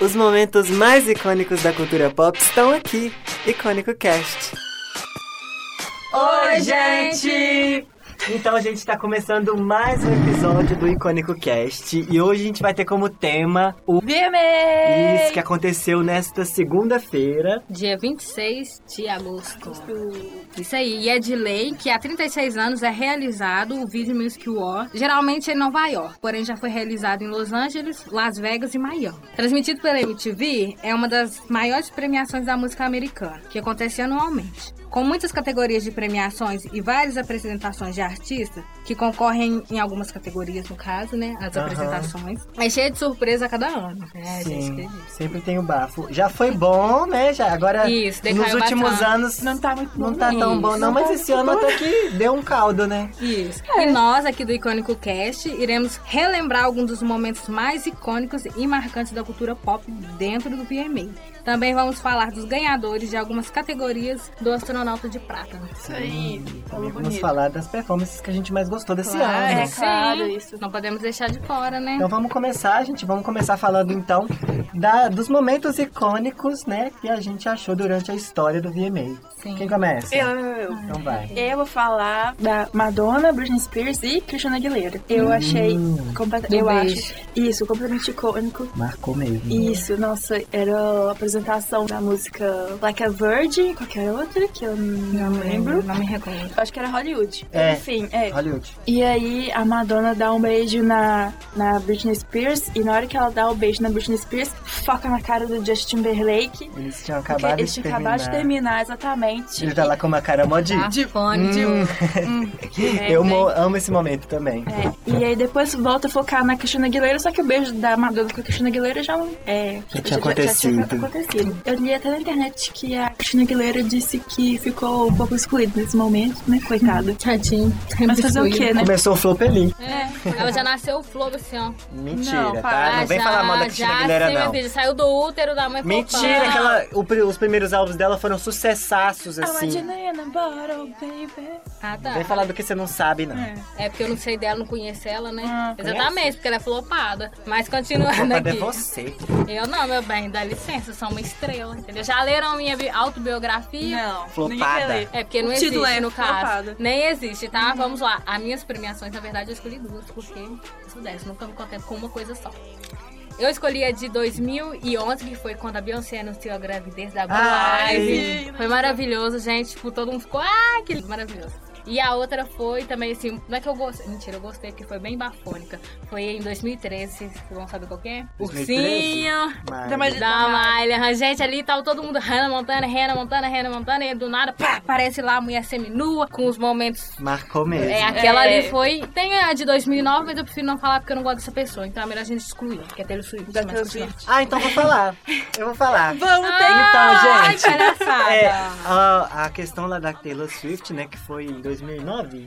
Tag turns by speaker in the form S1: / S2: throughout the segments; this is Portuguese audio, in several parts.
S1: Os momentos mais icônicos da cultura pop estão aqui, Icônico Cast.
S2: Oi, gente!
S1: Então a gente está começando mais um episódio do Icônico Cast e hoje a gente vai ter como tema o
S2: VMA!
S1: isso que aconteceu nesta segunda-feira.
S3: Dia 26 de agosto. Isso aí, e é de lei que há 36 anos é realizado o Video Music War, geralmente em Nova York, porém já foi realizado em Los Angeles, Las Vegas e Miami. Transmitido pela MTV, é uma das maiores premiações da música americana, que acontece anualmente. Com muitas categorias de premiações e várias apresentações de artistas, que concorrem em algumas categorias, no caso, né? As
S1: Aham.
S3: apresentações. É cheia de surpresa a cada ano. É, gente, que
S1: Sim,
S3: delícia.
S1: sempre tem o bafo. Já foi bom, né? Já agora
S3: Isso, decaiu
S1: nos últimos
S3: bastante.
S1: anos
S2: Não tá muito
S1: não
S2: bom.
S1: tá tão bom não, mas esse ano até que deu um caldo, né?
S3: Isso. E nós, aqui do Icônico Cast, iremos relembrar alguns dos momentos mais icônicos e marcantes da cultura pop dentro do VMA. Também vamos falar dos ganhadores de algumas categorias do Astronauta de Prata.
S2: Isso aí.
S1: Hum, Também
S2: Falou
S1: vamos
S2: bonito.
S1: falar das performances que a gente mais gostou desse
S3: Claro, né?
S1: ano. né?
S2: É, claro, isso.
S3: Não podemos deixar de fora, né?
S1: Então vamos começar, gente. Vamos começar falando então da- dos momentos icônicos, né, que a gente achou durante a história do VMA.
S3: Sim.
S1: Quem começa?
S2: Eu, eu, eu.
S1: Então vai.
S2: Eu vou falar da Madonna, Britney Spears e Christina Aguilera. Eu achei.
S1: Hum,
S2: completa-
S3: Do
S2: eu
S3: beijo.
S2: acho isso completamente icônico.
S1: marcou mesmo.
S2: Isso, nossa, era a apresentação da música Like a Virgin, qualquer outra que eu não, lembro.
S3: Não me recordo.
S2: Acho que era Hollywood.
S1: É.
S2: Enfim, é.
S1: Hollywood.
S2: E aí a Madonna dá um beijo na, na Britney Spears e na hora que ela dá o beijo na Britney Spears, foca na cara do Justin Timberlake.
S1: Eles tinham
S2: Porque
S1: acabado
S2: eles
S1: de
S2: tinham
S1: terminar.
S2: acabado de terminar, exatamente.
S1: Ele tá lá com uma cara mó Ah, de...
S3: Tá? Fone de
S1: Hum.
S3: ouro.
S2: É,
S1: Eu
S2: né?
S1: mo- amo esse momento também.
S2: É, e aí depois volta a focar na Cristina Aguilera, só que o beijo da Madonna com a Cristina Aguilera já, é,
S1: Já tinha acontecido.
S2: acontecido. Eu li até na internet que a Cristina Aguilera disse que ficou um pouco excluída nesse momento, né? Coitada.
S3: Tadinho.
S2: Mas fazer o quê, né?
S1: Começou o flop ali.
S3: É, ela já nasceu o flor assim, ó. Ah,
S1: Mentira,
S2: Não,
S1: tá?
S2: para,
S1: não vem
S3: já,
S1: falar mal da Cristina
S3: já,
S1: Aguilera,
S3: sim, minha
S1: não.
S3: filha. Saiu do útero da mãe
S1: Mentira,
S3: fofa.
S1: que ela, o pri- os primeiros álbuns dela foram sucessaços, assim.
S2: Imagina in a bottle, oh, baby.
S3: Ah, tá.
S1: Vem falar do que você não sabe, não.
S2: É.
S3: É porque eu não sei dela, não conheço ela, né?
S2: Ah,
S3: Exatamente, porque ela é flopada. Mas
S1: Vou
S3: continuando
S1: fazer
S3: aqui.
S1: é você.
S3: Eu não, meu bem, dá licença, eu sou uma estrela, entendeu? Já leram minha bi- autobiografia?
S2: Não,
S1: Flopada.
S2: ninguém vai ler.
S3: É porque não
S2: O
S3: existe,
S2: título é
S3: no caso.
S2: flopada.
S3: Nem existe, tá? Vamos lá. As minhas premiações, na verdade, eu escolhi duas, porque eu sou dessa, nunca me contento com uma coisa só. Eu escolhi a de 2011, que foi quando a Beyoncé anunciou a gravidez da Blue
S1: Ai,
S3: Ivy. Foi maravilhoso, gente. Tipo, todo mundo ficou, ah, que lindo, maravilhoso. E a outra foi também assim, não é que eu gostei, mentira, eu gostei, porque foi bem bafônica. Foi em 2013, vocês vão saber qual que é?
S1: 2013?
S3: Ursinho
S1: Mas-
S2: Tá mais-
S3: da Malha. Gente, ali tava todo mundo, Hannah Montana, Hannah Montana, Hannah Montana, e do nada, pá, aparece lá a mulher seminua, com os momentos...
S1: Marcou mesmo.
S3: É, aquela
S2: É.
S3: ali foi... Tem a de 2009, mas eu prefiro não falar porque eu não gosto dessa pessoa. Então é melhor a gente excluir, que é Taylor Swift.
S2: Da
S3: mas
S2: Taylor
S3: continua.
S2: Swift.
S1: Ah, então vou falar. Eu vou falar.
S2: Vamos
S1: Então,
S3: Ai,
S1: gente.
S3: palhaçada.
S1: É, a, a questão lá da Taylor Swift, né, que foi em 2009,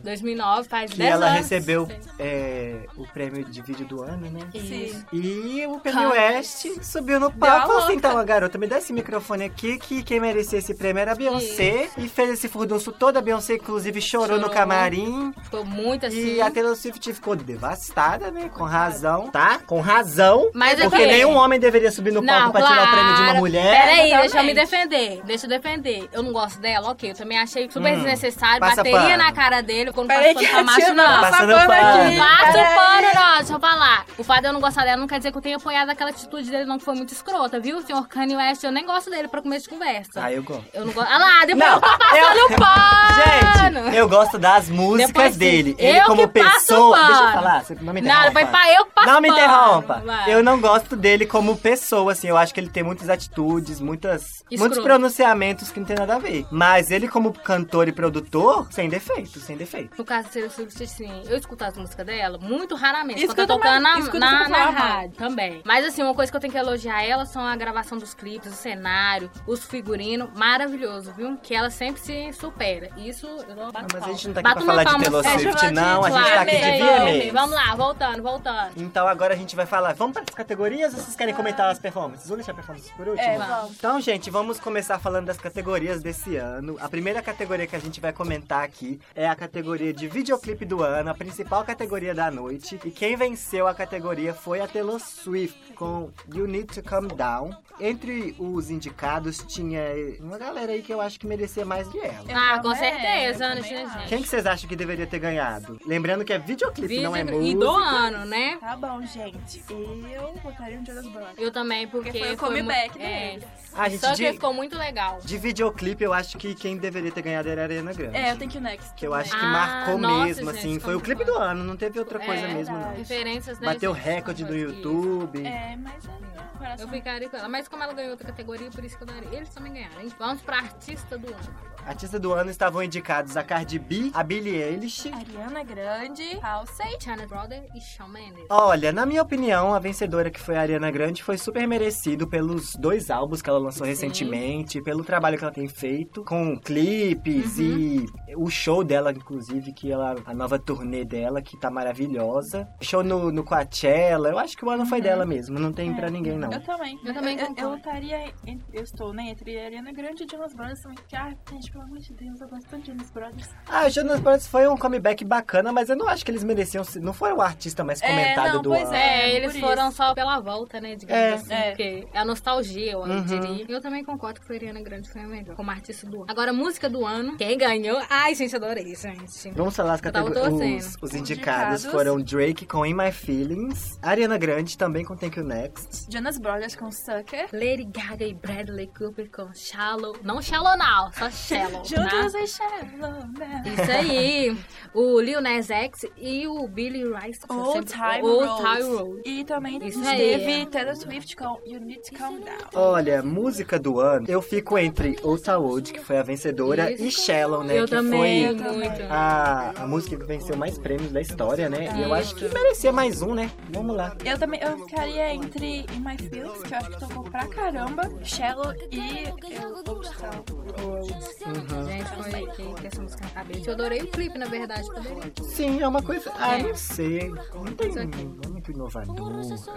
S3: 2009, faz
S1: que
S3: 10
S1: ela
S3: anos.
S1: recebeu
S3: Sim.
S1: é, o prêmio de vídeo do ano, né?
S2: Sim.
S1: E o
S3: Tá.
S1: Kanye West subiu no
S2: a
S1: palco e falou assim,
S2: louca.
S1: então, a garota, me dá esse microfone aqui, que quem merecia esse prêmio era a Beyoncé. E fez esse furdunço todo, a Beyoncé, inclusive, chorou, no
S3: Chorou.
S1: camarim.
S3: Ficou muito assim.
S1: E a Taylor Swift ficou devastada, né? Com razão, tá? Com razão.
S3: Mas é
S1: porque
S3: que-
S1: nenhum homem deveria subir no palco pra tirar o prêmio de uma
S3: claro. É.
S1: mulher.
S3: Peraí, deixa eu
S2: Exatamente.
S3: me defender. Deixa eu defender. Eu não gosto dela, ok. Eu também achei super
S1: Hum,
S3: desnecessário.
S1: passa
S3: Bateria
S1: pano.
S3: na cara dele quando
S2: Peraí
S3: passou
S2: que
S3: pra
S2: a
S3: macho,
S2: tia
S3: não.
S2: tá
S3: Passa
S1: Passando
S2: passando aqui. É.
S1: pano.
S3: o
S2: Peraí.
S3: pano, não. Deixa eu falar. O fato de eu não gostar dela não quer dizer que eu tenha apoiado aquela atitude dele, não, que foi muito escrota, viu, senhor Kanye West? Eu nem gosto dele pra começo de conversa.
S1: Ah, eu gosto.
S3: Eu não gosto. Ah lá, depois
S1: Não,
S3: eu tô passando
S1: eu-
S3: pano.
S1: Gente, eu gosto das músicas
S3: Depois sim.
S1: dele.
S3: Eu
S1: Ele como
S3: que passo
S1: pessoa.
S3: pano.
S1: Deixa eu falar, você não me interrompa.
S3: Nada, vai pra eu que passo
S1: Não me
S3: pano.
S1: interrompa.
S3: Vai.
S1: Eu não gosto dele como pessoa, assim. Eu acho que ele tem muitas atitudes, muitas,
S3: Escroto.
S1: muitos pronunciamentos que não tem nada a ver. Mas ele como cantor e produtor, sem defeito, sem defeito.
S3: No caso, Taylor Swift, assim, eu escuto as músicas dela muito raramente.
S2: Escuta
S3: quando eu tô tocando
S2: mais-
S3: na,
S2: escuta
S3: na,
S2: sem
S3: na
S2: falar mal.
S3: rádio também. Mas, assim, uma coisa que eu tenho que elogiar ela são a gravação dos clipes, o cenário, os figurinos. Maravilhoso, viu? Que ela sempre se supera. Isso eu não bato
S1: Não, mas a gente não tá aqui pra
S3: palma. Bato uma
S1: falar de
S3: palma,
S1: Taylor
S3: é,
S1: Swift,
S2: Giovanni,
S1: não. A gente
S3: claro,
S1: tá aqui
S3: isso aí,
S1: de VMAs.
S3: Vamos lá, voltando, voltando.
S1: Então agora a gente vai falar. Vamos para as categorias ou vocês querem comentar as performances? Vamos deixar performances por último?
S2: É, vamos.
S1: Então, gente, vamos começar falando das categorias desse ano. A primeira categoria que a gente vai comentar aqui aqui é a categoria de videoclipe do ano, a principal categoria da noite. E quem venceu a categoria foi a Taylor Swift com You Need to Calm Down. Entre os indicados tinha uma galera aí que eu acho que merecia mais que ela.
S3: Ah, com
S2: É,
S3: certeza,
S2: eu
S3: Ana
S2: também acho.
S3: gente.
S1: Quem que vocês acham que deveria ter ganhado? Lembrando que é videoclipe, não é
S4: Vídeo-
S1: música.
S4: e do ano, né?
S2: Tá bom, gente. Eu votaria um Jonas Brothers.
S3: Eu também, porque.
S2: Porque foi o
S3: mu-
S2: comeback né?
S3: é.
S2: dele.
S1: Ah, gente,
S3: Só que
S1: de-
S3: ficou muito legal.
S1: De videoclipe, eu acho que quem deveria ter ganhado era a Ariana Grande.
S2: É, eu tenho que o Next.
S1: Que eu acho que
S3: Ah,
S1: marcou
S3: nossa,
S1: mesmo,
S3: gente,
S1: assim.
S3: como
S1: Foi o clipe do ano, não teve outra coisa
S3: É,
S1: mesmo, não.
S2: verdade.
S3: Referências, né?
S1: Bateu
S3: gente?
S1: recorde no
S3: Isso.
S1: YouTube.
S2: É, mas é meu coração.
S3: Eu ficaria com ela. Mas como ela ganhou outra categoria, por isso que eu daria. Eles também ganharam, hein? Vamos pra artista do ano.
S1: Artista do ano estavam indicados a Cardi B, a Billie Eilish.
S2: Ariana Grande, Halsey.
S3: Chana Brother e Shawn Mendes.
S1: Olha, na minha opinião, a vencedora que foi a Ariana Grande foi super merecido pelos dois álbuns que ela lançou recentemente, pelo trabalho que ela tem feito com clipes
S2: Uhum.
S1: e o show dela, inclusive, que ela a nova turnê dela que tá maravilhosa. Show no, no Coachella, eu acho que o ano
S2: Uhum.
S1: foi dela mesmo, não
S2: É.
S1: tem pra ninguém não.
S2: Eu também.
S3: Eu também
S2: Eu,
S3: concordo.
S2: estaria. en- Eu estou, né? Entre Ariana Grande e Jonas Brothers também. Porque, ah, gente, pelo amor de Deus, eu gosto tanto de Jonas Brothers.
S1: Ah, o Jonas Brothers foi um comeback bacana, mas eu não acho que eles mereciam. se- Não foi o artista mais
S2: É,
S1: comentado
S2: não,
S1: do
S2: pois
S1: ano.
S3: É,
S2: É,
S3: eles
S2: por
S3: foram só pela volta, né? Digamos
S1: É.
S3: assim.
S2: É.
S3: Porque é a nostalgia, eu
S1: Uhum.
S3: diria. Eu também concordo que a Ariana Grande foi a melhor como artista do ano. Agora, música do ano. Quem ganhou? Ai, gente, adorei, gente.
S1: Vamos falar as
S3: Eu tava
S1: categorias. Os,
S3: torcendo.
S1: os indicados
S2: Indicados.
S1: foram Drake com In My Feelings, Ariana Grande também com Thank You Next.
S2: Jonas Brothers com Sucker.
S3: Lady Gaga e Bradley Cooper com Shallow. Não Shallow, não. Só Shallow, tá?
S2: Juntos e Shallow Now.
S3: Isso aí. O Lil Nas X e o Billy Rice. que eu
S2: Old
S3: sempre-
S2: Time
S3: Old
S2: Road.
S3: Time Road.
S2: E também a
S3: Isso
S2: gente
S3: aí.
S2: teve Taylor Swift com You Need to Calm Down.
S1: Olha, música do ano, eu fico entre Outa Wood, que foi a vencedora, e Shallow, né?
S3: eu
S1: que
S3: também,
S1: foi
S3: muito.
S1: a, a música que venceu mais prêmios da história, né? E eu acho que merecia mais um, né? Vamos lá.
S2: Eu também, eu ficaria entre In My Feelings, que eu acho que tocou pra caramba, Shallow e eu vou chutar o-
S3: Gente, foi quem que essa música na cabeça. Eu adorei o clipe, na verdade. Poderia.
S1: Sim, é uma coisa. Ah,
S3: É.
S1: não sei. Não tem. Não é muito inovador.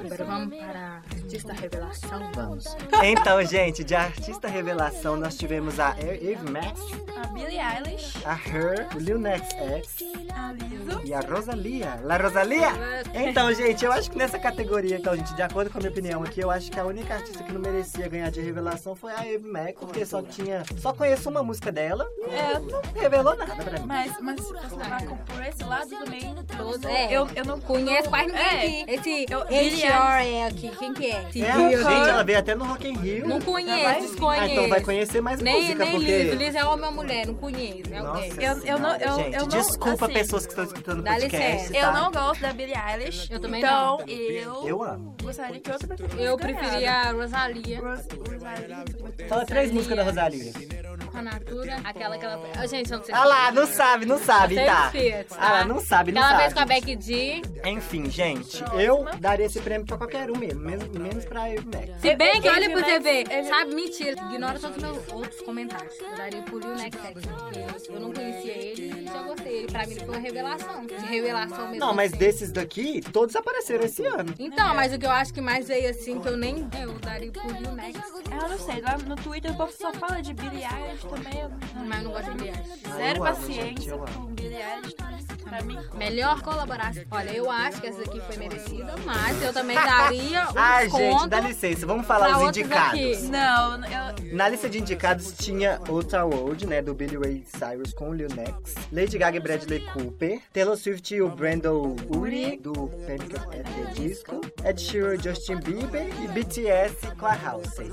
S3: Agora vamos para a artista revelação.
S1: Vamos. Então, gente, de artista revelação, nós tivemos a Eve Max,
S2: a Billie Eilish,
S1: a Her, o Lil Nas X
S2: a Lizzo.
S1: e a Rosalia. La Rosalia! Então, gente, eu acho que nessa categoria, então, gente, de acordo com a minha opinião aqui, eu acho que a única artista que não merecia ganhar de revelação foi a Eve Max, porque só tinha... Só conheço uma música dela e
S2: É,
S1: não revelou nada pra mim.
S2: mas, mas se fosse levar com- por esse lado do meio,
S3: Todos,
S2: eu,
S3: é.
S2: eu, eu não
S3: Conheço quase ninguém
S2: É.
S3: aqui. Esse
S2: Eu-
S3: HR é aqui. Quem que é?
S1: É,
S3: Esse-
S1: gente, ela veio até no Rock in Rio.
S3: Não conheço, desconheço.
S1: Ah, então vai conhecer mais
S3: nem,
S1: música,
S3: nem
S1: porque...
S3: Liz. Liz é homem ou mulher, não conheço. É
S1: Nossa
S3: alguém.
S2: Eu- eu não- eu-
S1: Senhora,
S2: eu não-
S1: gente, desculpa
S2: assim,
S1: pessoas que estão escutando o
S3: dá
S1: podcast,
S3: licença.
S1: tá?
S2: Eu não gosto da Billie Eilish,
S3: Eu também
S2: então
S3: não.
S2: eu,
S1: Eu amo.
S2: gostaria que outra pessoa
S3: Eu
S2: ganhasse.
S3: preferia a Rosalia.
S2: Rose- Rosalie.
S1: Fala três músicas da Rosalia.
S3: A Natura, aquela que ela. Ah, Gente, eu não sei.
S1: Ah lá, não sabe, não sabe,
S3: Sei
S1: tá?
S3: Fiat, tá?
S1: Ah lá, não sabe, não
S3: Aquela
S1: sabe.
S3: vez com a Becky G.
S1: Enfim, gente, eu daria esse prêmio pra qualquer um mesmo, mesmo- menos pra Eve Max.
S3: Se bem que
S2: Ele
S3: olha pro
S2: vai-
S3: TV,
S2: ele-
S3: sabe? Mentira. Ignora todos os meus outros comentários. Eu daria por Lil Nas X, porque Eu não conhecia ele e já gostei. Ele pra mim foi uma revelação. De revelação mesmo.
S1: Não, mas
S3: assim.
S1: desses daqui, todos apareceram esse ano.
S3: Então, mas o que eu acho que mais veio assim, que eu nem. Eu daria por Lil Nas X,
S2: Eu não sei, lá no Twitter o povo só fala de Billie Eilish também. eu não-
S3: mas eu não gosto de viagem.
S2: Zero
S1: Eu amo, gente,
S2: paciência
S1: eu amo.
S2: com Billie Eilish pra mim.
S3: Melhor colaboração. Olha, eu acho que essa aqui foi merecida, mas eu também daria um
S1: Ai,
S3: desconto
S1: gente, dá licença, vamos
S3: pra
S1: falar os
S3: outros
S1: indicados.
S3: aqui.
S2: Não, eu.
S1: Na lista de indicados tinha Outta World, né, do Billy Ray Cyrus com o Lil Nex, Lady Gaga e Bradley Cooper, Taylor Swift e o Brandon Urie, do Panic! at the Disco, Ed Sheeran e Justin Bieber e BTS com a Halsey.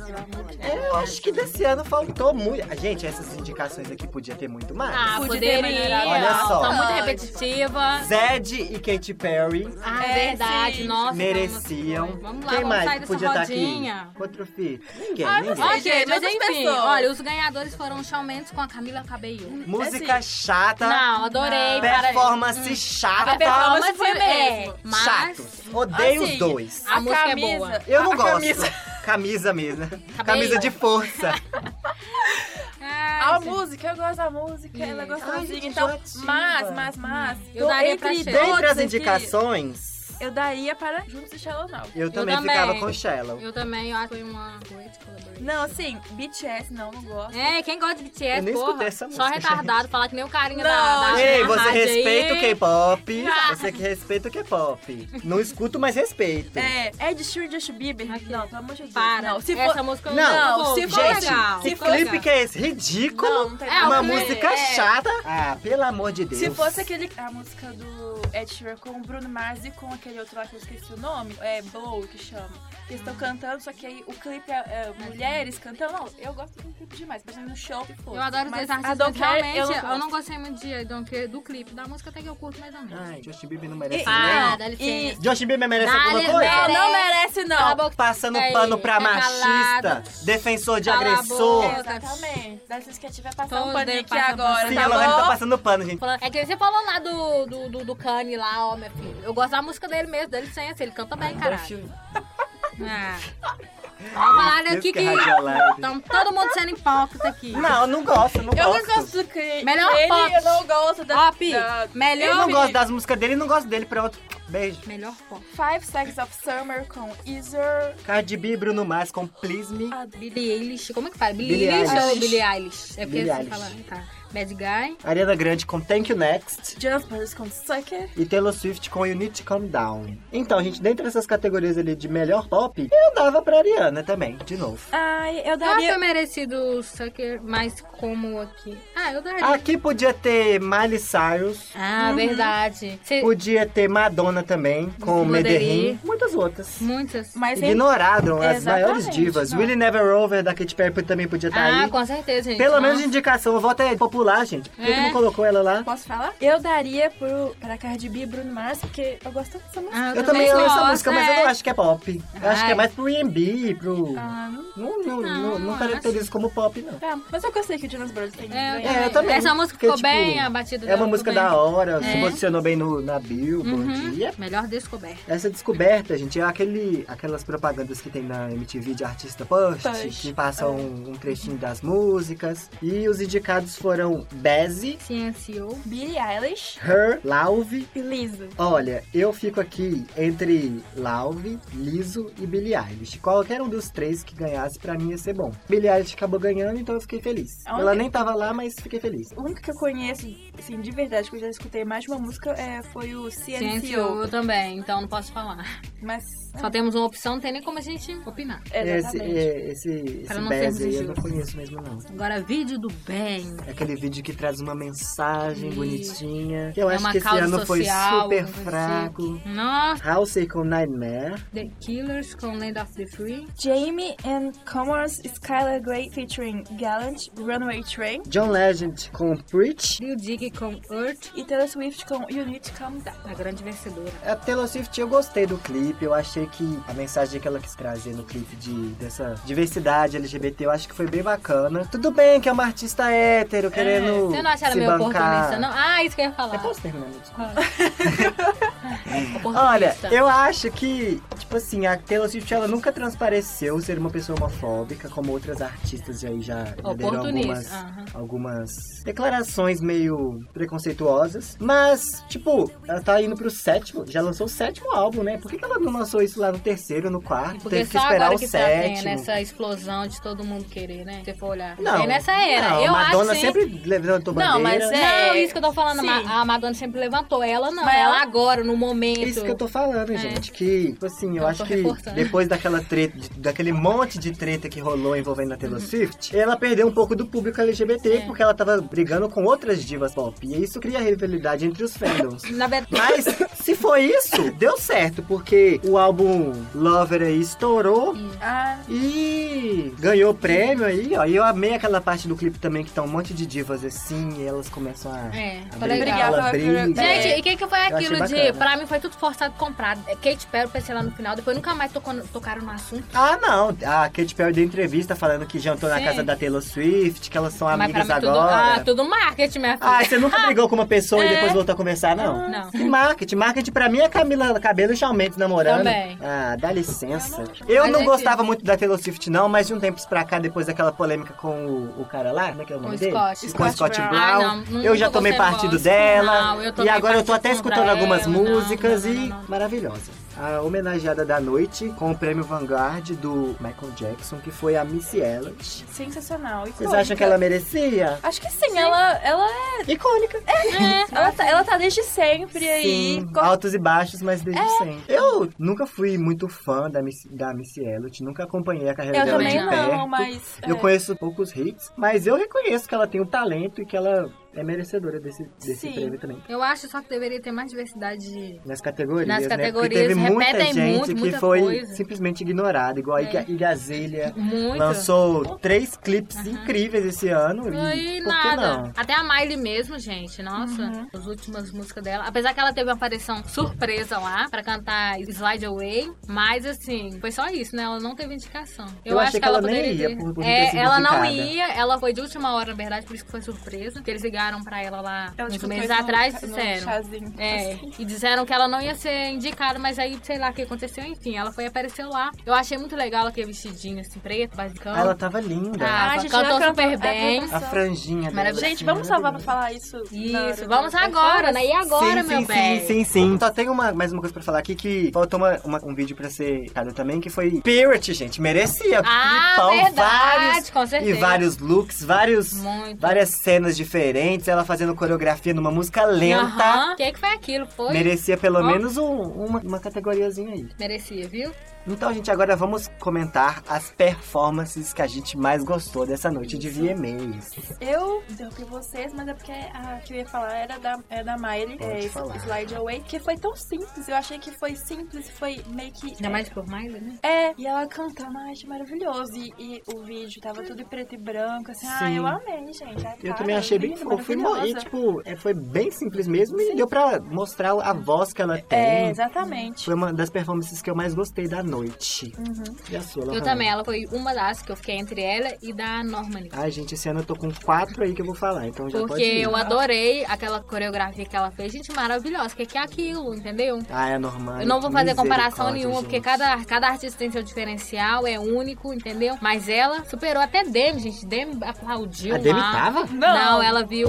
S1: É, eu acho que desse ano faltou muito. Ah, Gente, essas indicações aqui podia ter muito mais.
S3: Ah,
S2: Podia ter
S3: poderia.
S2: melhorado.
S1: Olha só.
S3: Tá muito repetitiva.
S1: Zed e Katy Perry
S3: Ah,
S2: É,
S3: verdade,
S2: sim.
S3: nossa.
S1: mereciam.
S3: Vamos lá,
S1: Quem
S3: vamos
S1: mais
S3: sair
S1: que
S3: dessa
S1: podia estar aqui?
S3: rodinha.
S1: Outro filho. Ninguém,
S2: Ah, não
S1: ninguém.
S2: sei.
S3: Ok,
S2: Gente,
S3: mas
S2: outras
S3: enfim,
S2: pessoas.
S3: olha, os ganhadores foram o Shawn Mendes com a Camila Cabello.
S1: Música chata.
S3: assim, Não, adorei. para-
S1: Performance chata.
S2: A performance
S3: Mas
S2: foi
S3: é,
S2: mesmo.
S3: Mas
S1: Chato. Odeio
S2: assim,
S1: os dois.
S3: a,
S2: A
S3: música é
S2: camisa-
S3: boa.
S1: Eu não
S2: a
S1: gosto.
S2: camisa.
S1: Camisa mesmo. Camisa de força.
S3: Ah,
S2: A música, eu gosto da música, ela gosta da
S1: Ai,
S2: música.
S1: gente,
S2: Então,
S1: enjoativa.
S2: mas, mas, mas.
S3: Eu daria pra
S2: entre
S3: Cher.
S2: todos
S1: Dentre as
S2: aqui,
S1: indicações,
S2: eu daria para Juntos e Shallow Now.
S1: Eu também
S3: também.
S1: ficava com Shallow.
S3: Eu também, eu acho que foi uma great collaboration.
S2: Não, assim, BTS não, não gosto.
S3: É, quem gosta de BTS,
S1: Eu nem
S3: porra,
S1: escutei essa
S3: só
S1: música,
S3: retardado, falar que nem o carinha
S2: Não,
S3: da, da
S1: Ei,
S3: da
S1: você
S3: rádio
S1: respeita
S3: aí.
S1: o K-pop. Você que respeita o K-pop. Não escuto, mas respeito.
S2: É, Ed Sheeran e Justin Bieber?
S3: Aqui.
S2: Não, pelo amor de Deus.
S3: Para,
S2: Não, se for...
S3: essa música eu
S1: Não,
S3: não, vou.
S2: se
S3: Ficou
S2: for-
S1: Gente,
S3: legal.
S1: que
S2: se
S3: ficou
S2: for-
S1: clipe
S3: legal.
S1: que é esse? Ridículo.
S2: Não, não tem
S3: É,
S2: nada.
S1: Uma
S3: o clipe,
S1: música
S3: é.
S1: chata. Ah, pelo amor de Deus.
S2: Se fosse aquele, a música do Ed Sheeran com o Bruno Mars e com aquele outro lá que eu esqueci o nome, é Blow que chama. Que estão cantando, só que aí o clipe é, é, mulheres cantando. Não, eu gosto do clipe demais, mas no show que for.
S3: Eu adoro os
S2: mas
S3: dois
S2: a
S3: artistas,
S2: Don't
S3: mas
S2: Care,
S3: realmente, eu não,
S2: gosto.
S3: gostei muito de I Don't Care, do clipe. Da música até que eu curto mais ou menos.
S1: Ai, Justin Bieber não merece
S3: Ah,
S1: nem.
S3: dá
S2: E-
S3: licença.
S1: Justin Bieber merece
S3: Dá
S1: alguma
S3: licença.
S1: coisa?
S2: Não, não merece
S3: Cala a
S2: não.
S3: boca.
S1: Passando
S3: Ei,
S1: pano pra
S3: é
S1: machista,
S3: calado.
S1: defensor de
S3: Cala a
S1: agressor.
S3: boca.
S2: É, Exatamente. Dá licença que eu tiver passar um
S3: Todos
S2: pano
S3: devem
S2: aqui
S3: passar
S2: agora,
S1: Sim,
S2: tá
S1: a Lorena tá
S2: bom?
S1: passando pano, gente.
S3: Falando- É que você falou lá do, do, do, do Kanye lá, ó, meu filho. Eu gosto da música dele mesmo, dá licença, ele canta bem, caralho. Ah. Vamos falar aqui
S1: Isso que
S3: que.
S1: é radiolab.
S3: Então, todo mundo sendo hipócrita aqui.
S1: Não, não gosto, não
S2: Eu
S1: gosto.
S2: não gosto do clipe.
S3: Melhor
S2: Ele,
S3: foto.
S2: Eu não gosto da...
S3: Ó, Pi,
S2: da-
S1: Eu
S3: melhor.
S1: não gosto das músicas dele, não gosto dele, pronto. Beijo.
S3: Melhor foto.
S2: Five Seconds of Summer com Easer.
S1: Cardi B e Bruno Mars com Please Me.
S3: Billie Eilish. Como é que fala? Billie,
S1: Billie
S3: Eilish ou
S1: Eilish.
S3: Billie Eilish? É porque
S1: Billie
S3: você fala.
S1: Eilish.
S3: Tá. Bad Guy.
S1: Ariana Grande com Thank You Next.
S2: Jaspers com Sucker.
S1: E Taylor Swift com You Need to Calm Down. Então, gente, dentre essas categorias ali de melhor pop, eu dava pra Ariana também, de novo.
S2: Ai, eu
S3: Eu acho
S2: daria.
S3: merecido o Sucker, mas como aqui. Ah, eu daria.
S1: Aqui podia ter Miley Cyrus,
S3: Ah, verdade. Cê-
S1: podia ter Madonna também, com Medellín,
S3: Medellín.
S1: muitas outras.
S3: Muitas.
S2: Mas sem-
S1: Ignoraram as
S2: Exatamente,
S1: maiores divas.
S2: não.
S1: Willie Never Over da Katy Perry também podia estar
S3: ah,
S1: aí.
S3: com certeza, gente.
S1: Pelo
S3: Nossa.
S1: menos de indicação, o voto é popular, gente. Por que
S3: É.
S1: que não colocou ela lá?
S2: Posso falar? Eu daria pro, pra Cardi B e Bruno Mars, porque eu gosto tanto dessa música.
S3: Ah,
S1: Eu, também amo essa
S3: gosto,
S1: música, mas eu
S3: é.
S1: não acho que é pop. Eu acho
S3: Ai.
S1: que é mais pro R&B, pro...
S2: Ah, não-
S1: Não, não, não, não,
S3: Não, eu
S1: caracterizo como pop, não.
S2: tá, mas eu gostei que o Jonas Brothers tem.
S3: É,
S1: É, eu também.
S3: Essa música
S1: Porque,
S3: ficou
S1: tipo,
S3: bem, a batida
S1: É
S3: dela
S1: uma música
S3: ficou
S1: da hora, se
S3: É.
S1: posicionou bem no, na Billboard.
S3: Uhum.
S1: E é-
S3: bem. Melhor descoberta.
S1: essa descoberta, gente, é aquele, aquelas propagandas que tem na MTV de artista post,
S2: Post,
S1: que passam
S3: É.
S1: um, um trechinho das músicas. E os indicados foram Bezzy,
S3: Cienciou.
S2: Billie Eilish
S1: Her, Lauve.
S2: e Lizzo.
S1: Olha, eu fico aqui entre Lauve, Liso e Billie Eilish. Qualquer um dos três que ganhasse, pra mim ia ser bom. Billie Eilish acabou ganhando, então eu fiquei feliz.
S2: A
S1: Ela
S2: única-
S1: nem tava lá, mas fiquei feliz.
S2: O único que eu conheço, assim, de verdade, que eu já escutei mais de uma música é, foi o
S3: Cienciou,
S2: CNCO.
S3: eu também, então não posso falar.
S2: Mas.
S3: Só temos uma opção, não tem nem como a gente opinar.
S1: Esse,
S2: Exatamente.
S1: é, esse, esse
S3: Pra não sermos
S1: Bez aí eu não
S3: injustos.
S1: conheço mesmo, não.
S3: Agora, vídeo do bem.
S1: É aquele vídeo que traz uma mensagem
S3: Isso.
S1: bonitinha. Que eu
S3: É
S1: acho
S3: uma
S1: que esse
S3: causa
S1: ano foi
S3: social,
S1: super
S3: alguma coisa assim,
S1: fraco.
S3: Nossa,
S1: Halsey com Nightmare.
S3: The Killers com Land of the Free.
S2: Jamie and Commerce Skylar Grey featuring Gallant, Runaway Train
S1: John Legend com Preach.
S3: Lil Dig com Earth,
S2: e Taylor Swift com You Need to Calm Down.
S3: a grande vencedora.
S1: A Taylor Swift, eu gostei do clipe. Eu achei que a mensagem que ela quis trazer no clipe de, dessa diversidade LGBT, eu acho que foi bem bacana. Tudo bem que é uma artista hétero, querendo
S3: É, Você não acha ela
S1: se
S3: meio
S1: bancar.
S3: oportunista, não? Ah, isso que eu ia falar.
S1: Eu posso terminar meu discurso?
S3: Oportunista.
S1: Olha, eu acho que, tipo assim, a Taylor Swift ela nunca transpareceu ser uma pessoa homofóbica, como outras artistas aí já já deram algumas,
S3: Oportunista, ah. aham.
S1: algumas declarações meio preconceituosas. Mas, tipo, ela tá indo pro sétimo, já lançou o sétimo álbum, né? Por que que ela não lançou isso lá no terceiro, no quarto?
S3: Porque
S1: Teve que
S3: só
S1: esperar
S3: agora
S1: o
S3: que tá tendo
S1: sétimo.
S3: essa explosão de todo mundo querer, né? Se você for olhar.
S1: Não,
S3: É nessa era.
S1: não,
S3: eu
S1: Madonna
S3: acho que-
S1: sempre levantou bandeira.
S2: Não, mas é-
S3: Não, isso que eu tô falando.
S2: Sim.
S3: ma- A Madonna sempre levantou. Ela não.
S2: Mas
S3: ela
S2: ela-
S3: agora, no momento.
S1: Isso que eu tô falando, gente. Que, tipo assim, É. eu
S3: Eu
S1: acho
S3: tô
S1: que
S3: reportando.
S1: depois daquela treta, de- daquele monte de treta que rolou envolvendo a Taylor Swift, ela perdeu um pouco do público LGBT porque ela tava brigando com outras divas pop. E isso cria rivalidade entre os fandoms.
S3: Na verdade.
S1: Mas, se foi isso, deu certo, porque o álbum Lover aí estourou.
S2: Ah,
S1: E ganhou prêmio aí, ó. E eu amei aquela parte do clipe também que tá um monte de divas assim, e elas começam a.
S3: É,
S1: a
S3: foi
S1: brigar,
S3: legal.
S1: ela
S2: Obrigada,
S1: briga.
S3: Gente,
S2: É.
S3: e o que, que foi
S1: achei
S3: aquilo de.
S1: bacana.
S3: Pra mim foi tudo forçado comprado. É, Kate Perry, eu pensei lá no final, depois nunca mais tocou- tocaram no assunto.
S1: Ah, não. A Katy Perry deu entrevista falando que jantou na
S3: Sim.
S1: casa da Taylor Swift, que elas são amigas
S3: Mas pra mim tudo. Ah,
S1: agora.
S3: tudo marketing, minha filha.
S1: Ah, você nunca brigou com uma pessoa e
S3: É.
S1: depois voltou a conversar, não?
S3: Não.
S1: Que marketing? Marketing pra mim é Camila Cabelo e Shawn Mendes namorando.
S3: Também.
S1: Ah, dá licença. Eu
S3: Mas
S1: não
S3: é
S1: gostava muito da Taylor Swift, não, mas de um tempos pra cá, depois daquela polêmica com o, o cara lá, como é que é o nome
S3: o
S1: dele?
S3: Scott.
S1: Com o
S2: Scott
S1: Scott Brown.
S2: Brown.
S5: Ah, não, não-
S1: eu já
S5: não
S1: tomei
S5: gostei,
S1: partido
S5: gosto.
S1: dela.
S5: Não, eu
S1: e
S5: tomei
S1: agora eu tô
S5: partido
S1: até
S5: contra
S1: escutando algumas
S5: ela, não,
S1: músicas
S5: não, não,
S1: e
S5: não.
S1: maravilhosa. A homenageada da noite com o prêmio Vanguard do Michael Jackson, que foi a Missy Elliott.
S2: Sensacional. icônica.
S1: Vocês acham que ela merecia?
S2: Acho que sim, Ela, ela,
S5: É.
S1: Icônica.
S2: ela, tá, ela tá desde sempre aí. É.
S1: Sim,
S2: Co-
S1: altos e baixos, mas desde sempre. Eu nunca fui muito fã da Missy, da Missy Elliott, nunca acompanhei a carreira
S2: Eu
S1: dela
S2: também
S1: de
S2: não,
S1: tá perto.
S2: mas.
S1: Eu
S2: é.
S1: conheço poucos hits, mas eu reconheço que ela tem o talento e que ela é merecedora desse, desse
S2: Sim.
S1: prêmio também.
S3: Eu acho só que deveria ter mais diversidade de.
S1: Nas categorias,
S3: Nas
S1: né? Porque
S3: categorias,
S1: teve muita
S3: repetem
S1: gente
S3: muito,
S1: que
S3: muita
S1: foi
S3: coisa.
S1: simplesmente ignorada, igual a
S2: É.
S1: Iga- Igazília.
S3: Muito.
S2: Uhum.
S1: Lançou três clipes incríveis esse ano e,
S3: E
S1: por que não?
S3: nada. Até a Miley mesmo, gente. Nossa, as últimas músicas dela. Apesar que ela teve uma aparição surpresa lá pra cantar Slide Away. Mas assim, foi só isso, né? Ela não teve indicação.
S1: Eu
S3: acho
S1: achei
S3: que
S1: que
S3: ela,
S1: ela nem ia
S3: poderia ter.
S1: por- por não ter
S3: é,
S1: sido
S3: ela não
S1: indicada.
S3: ia, ela foi de última hora, na verdade, por isso que foi surpresa. Que eles ligaram pra ela lá
S2: Ela,
S3: uns
S2: tipo,
S3: meses
S2: fez um-
S3: atrás e
S2: um
S3: disseram.
S2: chazinho,
S3: É,
S2: assim.
S3: e disseram que ela não ia ser indicada, mas aí sei lá o que aconteceu, enfim, ela foi e apareceu lá. Eu achei muito legal aquele vestidinho assim, preto, basicão.
S1: Ah, ela tava linda.
S3: Ah,
S2: Ah, gente,
S3: cantou
S2: ela
S3: super
S2: cantou-
S3: bem.
S2: ela
S1: a franjinha dela.
S3: Maravilhoso.
S2: Gente,
S1: assim,
S2: vamos salvar pra
S1: maravilhosa.
S2: falar isso. na hora
S3: Isso,
S2: do-
S3: vamos
S2: das
S3: agora,
S2: pessoas?
S3: né? E agora,
S1: sim,
S3: meu
S1: sim,
S3: bem?
S1: Sim, sim, sim. Só tem uma, mais uma coisa pra falar aqui que faltou uma- uma- um vídeo pra ser citado também, que foi Pirate, gente. Merecia.
S3: Ah,
S1: Clipão,
S3: verdade,
S1: vários,
S3: com certeza.
S1: E vários looks, vários,
S3: Muito.
S1: várias cenas diferentes, ela fazendo coreografia numa música lenta.
S3: Aham. O que, que foi aquilo? Foi?
S1: Merecia pelo
S3: Ó.
S1: menos um- uma, uma categoriazinha aí.
S3: Merecia, viu?
S1: Então, gente, agora vamos comentar as performances que a gente mais gostou dessa noite de VMAs.
S2: Eu interrompi vocês, mas é porque a que eu ia falar era da, é da Miley,
S1: Pode
S2: é esse
S1: falar.
S2: Slide Away, que foi tão simples. Eu achei que foi simples e foi meio que.
S3: Ainda mais por Miley, né?
S2: É, e ela cantando, ai, achei maravilhoso. E, e o vídeo tava tudo em preto e branco, assim, ah,
S1: Sim.
S2: eu amei, gente. A
S1: Eu
S2: cara, é
S1: também achei bem
S2: linda,
S1: fofo. E, mo- E,
S2: maravilhosa.
S1: tipo, é, foi bem simples mesmo e deu pra mostrar a voz que ela tem.
S2: É, exatamente.
S1: Foi uma das performances que eu mais gostei da noite.
S2: Uhum.
S1: E a sua,
S3: Eu
S1: Lohane?
S3: também, ela foi uma das que eu fiquei entre ela e da Normani.
S1: Ai, gente, esse ano eu tô com quatro aí que eu vou falar, então Ah, já
S3: Porque
S1: pode ir.
S3: eu adorei aquela coreografia que ela fez. Gente, maravilhosa. O que, que é aquilo, entendeu?
S1: Ah, é normal.
S3: Eu não vou fazer comparação
S1: Misericórdia,
S3: nenhuma,
S1: gente.
S3: porque cada, cada artista tem seu diferencial, é único, entendeu? Mas ela superou até Demi, gente. Demi aplaudiu.
S1: A Demi tá
S3: lá.
S1: tava?
S3: Não, ela viu.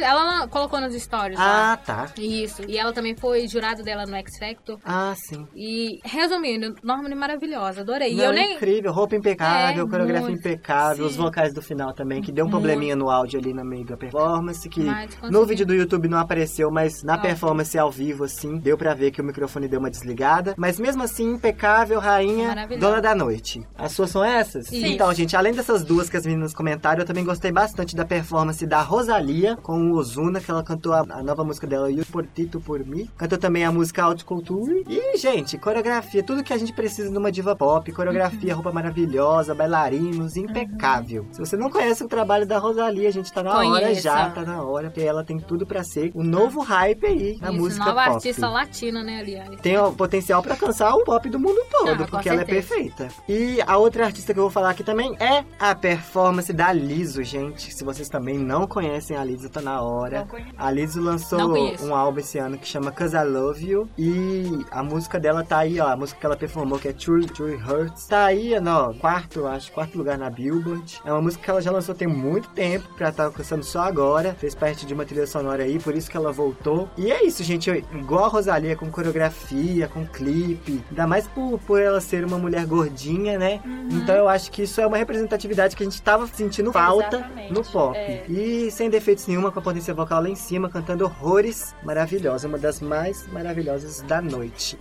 S3: Ela colocou nos stories. lá.
S1: Ah, tá.
S3: Isso. E ela também foi jurado dela no X Factor.
S1: Ah, sim.
S3: E, resumindo, Norman é maravilhosa, adorei.
S1: Não, é
S3: e eu nem.
S1: Incrível, roupa impecável,
S3: É,
S1: coreografia
S3: muito.
S1: impecável, os
S3: Sim. Uhum.
S1: vocais do final também, que deu um probleminha no áudio ali na meio da performance, que
S3: Mas
S1: no
S3: conseguiu.
S1: vídeo do YouTube não apareceu, mas na
S3: Não.
S1: performance ao vivo, assim, deu pra ver que o microfone deu uma desligada. Mas mesmo assim, impecável, rainha,
S3: Maravilhosa.
S1: dona da noite. As suas são essas?
S3: Isso.
S1: Então, gente, além dessas duas que as meninas comentaram, eu também gostei bastante da performance da Rosalia com o Ozuna, que ela cantou a, a nova música dela, You Portito Por mim Cantou também a música Out Culture. E, gente, coreografia, tudo que a gente precisa numa diva pop. Coreografia,
S3: Uhum.
S1: roupa maravilhosa, bailarinos, impecável. Se você não conhece o trabalho da Rosalia, gente, tá na hora
S3: Conheça. Ah.
S1: já, tá na hora, porque ela tem tudo pra ser o novo hype aí na
S3: Isso,
S1: música
S3: nova
S1: pop.
S3: artista latina, né, aliás.
S1: Tem o potencial pra alcançar o pop do mundo todo,
S3: Ah, com
S1: porque ela é
S3: certeza.
S1: perfeita. E a outra artista que eu vou falar aqui também é a performance da Liso, gente. Se vocês também não conhecem a Liso, tá na hora.
S2: Não conheço.
S1: A Liso
S3: Não
S1: lançou
S3: conheço.
S1: um álbum esse ano que chama Cause I Love You. E a música dela tá aí, ó. A música que ela performou, que é True, True Hurts. Tá aí, no quarto, eu acho, quarto lugar na Billboard. É uma música que ela já lançou tem muito tempo, pra tá alcançando só agora. Fez parte de uma trilha sonora aí, por isso que ela voltou. E é isso, gente. Eu- igual a Rosalia, com coreografia, com clipe. Ainda mais por, por ela ser uma mulher gordinha, né? Então eu acho que isso é uma representatividade que a gente tava sentindo falta
S2: Exatamente,
S1: no pop.
S2: é.
S1: E sem defeitos nenhuma, com a potência vocal lá em cima, cantando horrores. Maravilhosa, uma das mais maravilhosas da noite.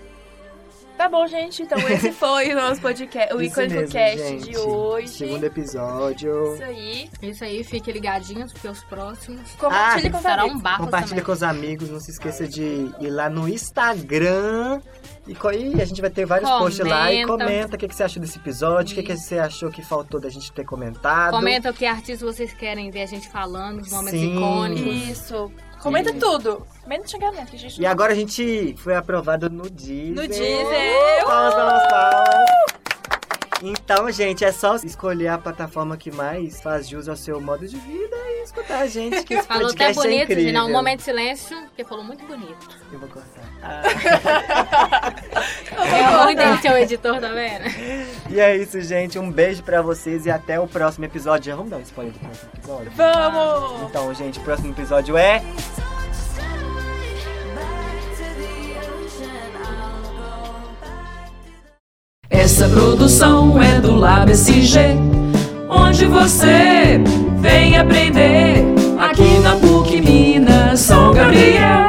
S2: Tá bom, gente. Então esse foi o nosso podcast, o
S1: Isso
S2: Icônico
S1: mesmo,
S2: Cast
S1: gente.
S2: de hoje.
S1: Segundo episódio.
S2: Isso aí.
S3: Isso aí, fiquem ligadinhos, porque os próximos.
S2: Compartilhe
S1: Ah,
S2: com os
S3: Será
S2: amigos.
S3: um barco
S1: Compartilha com os amigos, não se esqueça de ir lá no Instagram. E, co- e a gente vai ter vários posts lá e
S3: Comenta.
S1: comenta o que, que você achou desse episódio, o que, que você achou que faltou da gente ter comentado.
S3: Comenta o que artistas vocês querem ver a gente falando, os momentos
S1: Sim.
S3: icônicos.
S2: Isso. Comenta tudo. Menos xingamento, que a gente
S1: E agora a gente foi aprovado no Disney.
S2: No Deezer.
S1: Palmas,
S3: Uh!
S1: palmas, palmas. Então, gente, é só escolher a plataforma que mais faz jus ao seu modo de vida e
S6: escutar a gente. Que esse
S3: Falou até
S6: podcast é
S3: bonito, gente. Não, um
S6: incrível.
S3: momento de silêncio, porque falou muito bonito.
S1: Eu vou cortar.
S2: tá
S3: É ruim dele ser o editor, tá vendo?
S1: E é isso, gente. Um beijo pra vocês e até o próximo episódio. Já vamos dar um spoiler do próximo episódio?
S2: Vamos!
S1: Então, gente, o próximo episódio é.
S7: Essa produção é do Lab SG, onde você vem aprender aqui na PUC Minas São Gabriel.